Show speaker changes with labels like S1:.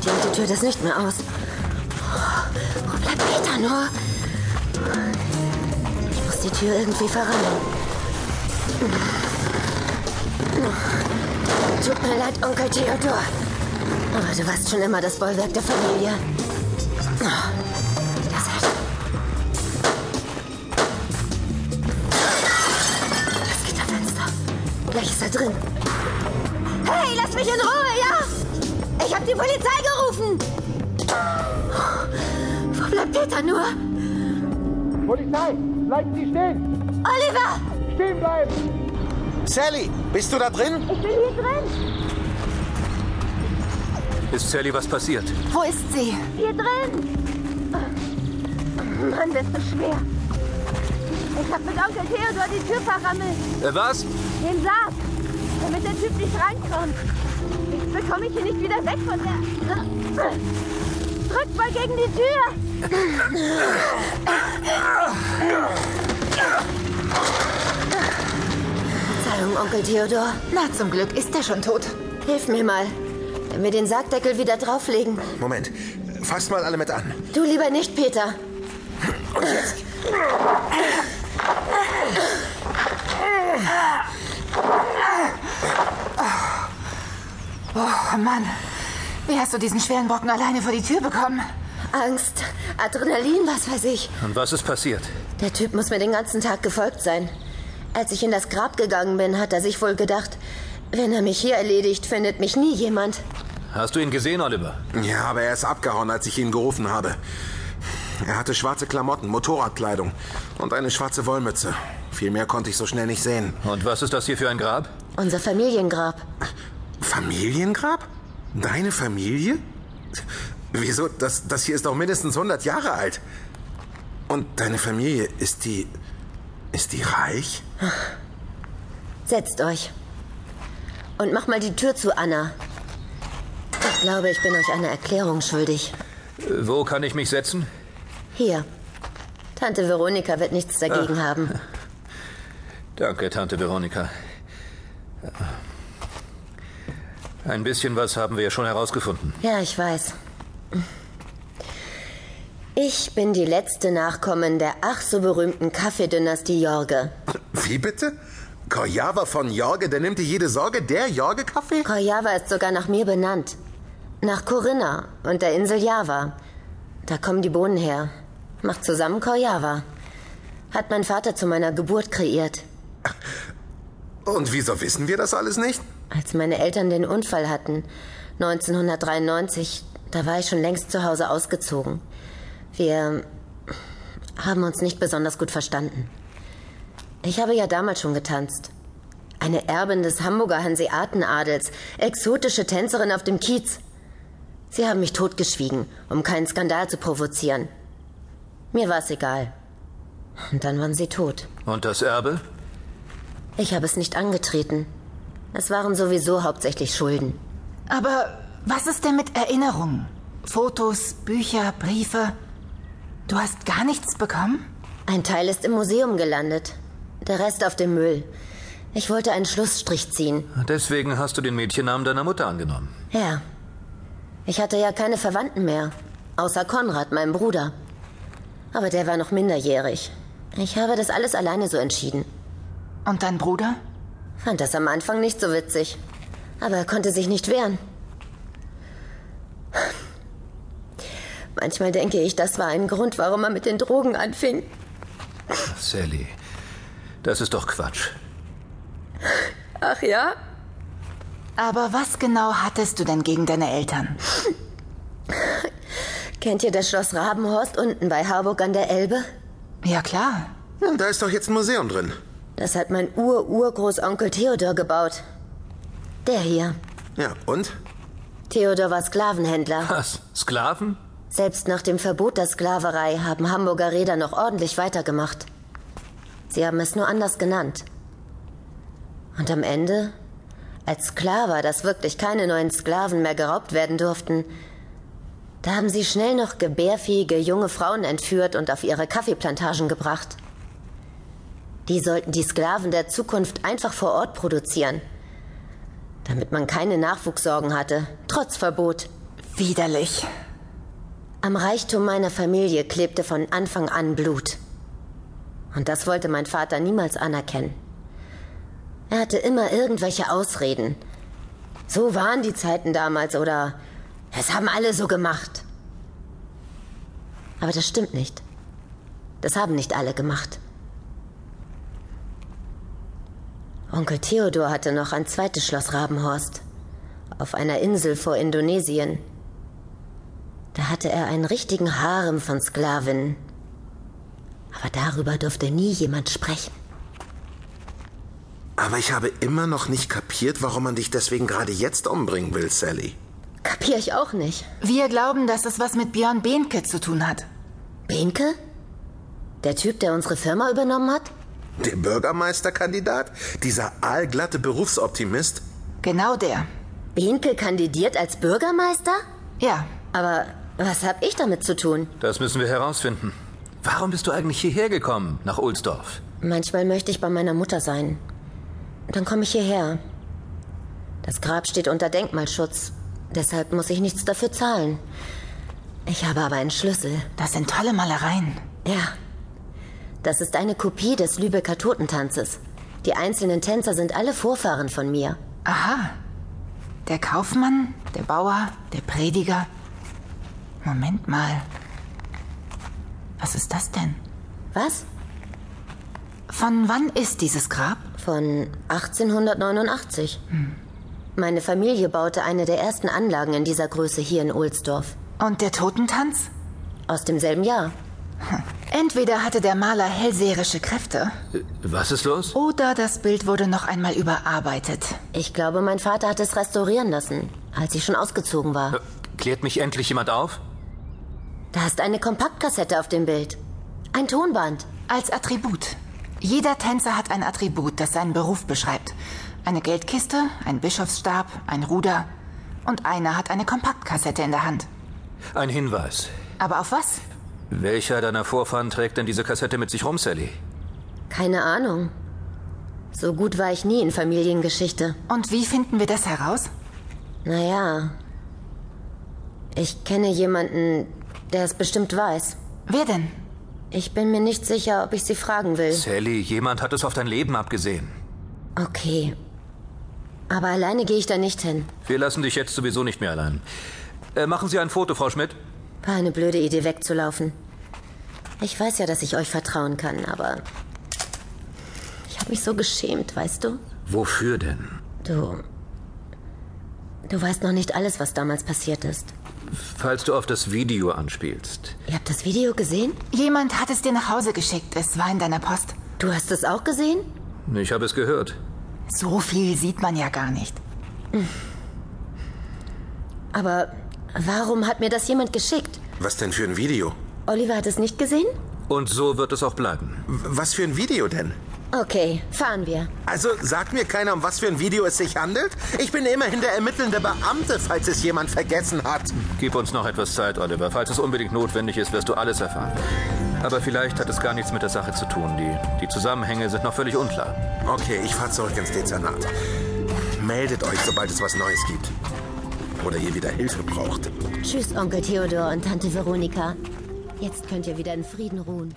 S1: stürmt die Tür das nicht mehr aus. Oh, Wo bleibt Peter nur? Ich muss die Tür irgendwie verrammen. Tut mir leid, Onkel Theodor. Aber du warst schon immer das Bollwerk der Familie. Das heißt, Das Gitterfenster. Gleich ist er drin. Hey, lass mich in Ruhe, ja? Ich hab die Polizei gerufen. Wo bleibt Peter nur?
S2: Polizei, bleiben Sie stehen!
S1: Oliver!
S2: Stehen bleiben!
S3: Sally, bist du da drin?
S1: Ich bin hier drin.
S4: Ist Sally was passiert?
S1: Wo ist sie? Hier drin. Mann, das ist schwer.
S5: Ich hab mit Onkel Theodor die Tür verrammelt.
S4: Äh, was?
S5: Den Sarg. Damit der Typ nicht rankommt. Jetzt bekomme ich hier nicht wieder weg von der... Drück mal gegen die Tür.
S1: Verzeihung, Onkel Theodor.
S6: Na, zum Glück ist er schon tot.
S1: Hilf mir mal. Wenn wir den Sargdeckel wieder drauflegen.
S3: Moment, fasst mal alle mit an.
S1: Du lieber nicht, Peter.
S6: Oh Mann, wie hast du diesen schweren Brocken alleine vor die Tür bekommen?
S1: Angst, Adrenalin, was weiß ich.
S4: Und was ist passiert?
S1: Der Typ muss mir den ganzen Tag gefolgt sein. Als ich in das Grab gegangen bin, hat er sich wohl gedacht, wenn er mich hier erledigt, findet mich nie jemand.
S4: Hast du ihn gesehen, Oliver?
S3: Ja, aber er ist abgehauen, als ich ihn gerufen habe. Er hatte schwarze Klamotten, Motorradkleidung und eine schwarze Wollmütze. Viel mehr konnte ich so schnell nicht sehen.
S4: Und was ist das hier für ein Grab?
S1: Unser Familiengrab.
S3: Familiengrab? Deine Familie? Wieso? Das, das hier ist doch mindestens 100 Jahre alt. Und deine Familie, ist die... Ist die reich?
S1: Setzt euch. Und mach mal die Tür zu, Anna. Ich glaube, ich bin euch eine Erklärung schuldig.
S4: Äh, Wo kann ich mich setzen?
S1: Hier. Tante Veronika wird nichts dagegen haben.
S4: Danke, Tante Veronika. Äh, Ein bisschen was haben wir ja schon herausgefunden.
S1: Ja, ich weiß. Ich bin die letzte Nachkommen der ach so berühmten Kaffeedynastie Jorge.
S3: Wie bitte? Kojava von Jorge, der nimmt dir jede Sorge, der Jorge-Kaffee?
S1: Kojava ist sogar nach mir benannt. Nach Corinna und der Insel Java. Da kommen die Bohnen her. Macht zusammen Kojava. Hat mein Vater zu meiner Geburt kreiert.
S3: Und wieso wissen wir das alles nicht?
S1: Als meine Eltern den Unfall hatten, 1993, da war ich schon längst zu Hause ausgezogen. Wir haben uns nicht besonders gut verstanden. Ich habe ja damals schon getanzt. Eine Erbin des Hamburger Hanseatenadels, exotische Tänzerin auf dem Kiez. Sie haben mich totgeschwiegen, um keinen Skandal zu provozieren. Mir war es egal. Und dann waren sie tot.
S4: Und das Erbe?
S1: Ich habe es nicht angetreten. Es waren sowieso hauptsächlich Schulden.
S6: Aber was ist denn mit Erinnerungen? Fotos, Bücher, Briefe? Du hast gar nichts bekommen?
S1: Ein Teil ist im Museum gelandet, der Rest auf dem Müll. Ich wollte einen Schlussstrich ziehen.
S4: Deswegen hast du den Mädchennamen deiner Mutter angenommen.
S1: Ja. Ich hatte ja keine Verwandten mehr, außer Konrad, meinem Bruder. Aber der war noch minderjährig. Ich habe das alles alleine so entschieden.
S6: Und dein Bruder?
S1: Fand das am Anfang nicht so witzig. Aber er konnte sich nicht wehren. Manchmal denke ich, das war ein Grund, warum er mit den Drogen anfing.
S4: Sally, das ist doch Quatsch.
S1: Ach ja?
S6: Aber was genau hattest du denn gegen deine Eltern?
S1: Kennt ihr das Schloss Rabenhorst unten bei Harburg an der Elbe?
S6: Ja klar.
S3: Und da ist doch jetzt ein Museum drin.
S1: Das hat mein Ur-Urgroßonkel Theodor gebaut. Der hier.
S3: Ja, und?
S1: Theodor war Sklavenhändler.
S4: Was? Sklaven?
S1: Selbst nach dem Verbot der Sklaverei haben Hamburger Räder noch ordentlich weitergemacht. Sie haben es nur anders genannt. Und am Ende, als klar war, dass wirklich keine neuen Sklaven mehr geraubt werden durften, da haben sie schnell noch gebärfähige junge Frauen entführt und auf ihre Kaffeeplantagen gebracht. Die sollten die Sklaven der Zukunft einfach vor Ort produzieren, damit man keine Nachwuchssorgen hatte, trotz Verbot.
S6: Widerlich.
S1: Am Reichtum meiner Familie klebte von Anfang an Blut. Und das wollte mein Vater niemals anerkennen. Er hatte immer irgendwelche Ausreden. So waren die Zeiten damals oder es haben alle so gemacht. Aber das stimmt nicht. Das haben nicht alle gemacht. Onkel Theodor hatte noch ein zweites Schloss Rabenhorst auf einer Insel vor Indonesien. Da hatte er einen richtigen Harem von Sklavinnen. Aber darüber durfte nie jemand sprechen.
S3: Aber ich habe immer noch nicht kapiert, warum man dich deswegen gerade jetzt umbringen will, Sally.
S1: Kapier ich auch nicht.
S6: Wir glauben, dass es was mit Björn Behnke zu tun hat.
S1: Benke? Der Typ, der unsere Firma übernommen hat?
S3: Der Bürgermeisterkandidat? Dieser aalglatte Berufsoptimist?
S6: Genau der.
S1: Benke kandidiert als Bürgermeister?
S6: Ja,
S1: Aber was habe ich damit zu tun?
S4: Das müssen wir herausfinden. Warum bist du eigentlich hierher gekommen, nach Ohlsdorf?
S1: Manchmal möchte ich bei meiner Mutter sein. Dann komme ich hierher. Das Grab steht unter Denkmalschutz. Deshalb muss ich nichts dafür zahlen. Ich habe aber einen Schlüssel.
S6: das sind tolle Malereien.
S1: Ja. Das ist eine Kopie des Lübecker Totentanzes. Die einzelnen Tänzer sind alle Vorfahren von mir.
S6: Aha. Der Kaufmann, der Bauer, der Prediger. Moment mal. Was ist das denn?
S1: Was?
S6: Von wann ist dieses Grab?
S1: Von 1889. Meine Familie baute eine der ersten Anlagen in dieser Größe hier in Ohlsdorf.
S6: Und der Totentanz?
S1: Aus demselben Jahr.
S6: Entweder hatte der Maler hellseherische Kräfte
S4: Äh, Was ist los?
S6: oder das Bild wurde noch einmal überarbeitet.
S1: Ich glaube, mein Vater hat es restaurieren lassen, als ich schon ausgezogen war.
S4: Äh, Klärt mich endlich jemand auf?
S1: Da ist eine Kompaktkassette auf dem Bild. Ein Tonband.
S6: Als Attribut. Jeder Tänzer hat ein Attribut, das seinen Beruf beschreibt. Eine Geldkiste, ein Bischofsstab, ein Ruder. Und einer hat eine Kompaktkassette in der Hand.
S4: Ein Hinweis.
S6: Aber auf was?
S4: Welcher deiner Vorfahren trägt denn diese Kassette mit sich rum, Sally?
S1: Keine Ahnung. So gut war ich nie in Familiengeschichte.
S6: Und wie finden wir das heraus?
S1: Naja. Ich kenne jemanden, der es bestimmt weiß.
S6: Wer denn?
S1: Ich bin mir nicht sicher, ob ich sie fragen will.
S4: Sally, jemand hat es auf dein Leben abgesehen.
S1: Okay. Aber alleine gehe ich da nicht hin.
S4: Wir lassen dich jetzt sowieso nicht mehr allein. Äh, machen Sie ein Foto, Frau Schmidt.
S1: War eine blöde Idee, wegzulaufen. Ich weiß ja, dass ich euch vertrauen kann, aber ich habe mich so geschämt, weißt du?
S4: Wofür denn?
S1: Du. Du weißt noch nicht alles, was damals passiert ist.
S4: Falls du auf das Video anspielst.
S1: Ihr habt das Video gesehen?
S6: Jemand hat es dir nach Hause geschickt. Es war in deiner Post.
S1: Du hast es auch gesehen?
S4: Ich habe es gehört.
S6: So viel sieht man ja gar nicht.
S1: Aber warum hat mir das jemand geschickt?
S3: Was denn für ein Video?
S1: Oliver hat es nicht gesehen?
S4: Und so wird es auch bleiben.
S3: W- Was für ein Video denn?
S1: Okay, fahren wir.
S3: Also sagt mir keiner, um was für ein Video es sich handelt? Ich bin immerhin der ermittelnde Beamte, falls es jemand vergessen hat.
S4: Gib uns noch etwas Zeit, Oliver. Falls es unbedingt notwendig ist, wirst du alles erfahren. Aber vielleicht hat es gar nichts mit der Sache zu tun. Die, die Zusammenhänge sind noch völlig unklar.
S3: Okay, ich fahr zurück ins Dezernat. Meldet euch, sobald es was Neues gibt. Oder ihr wieder Hilfe braucht.
S1: Tschüss, Onkel Theodor und Tante Veronika. Jetzt könnt ihr wieder in Frieden ruhen.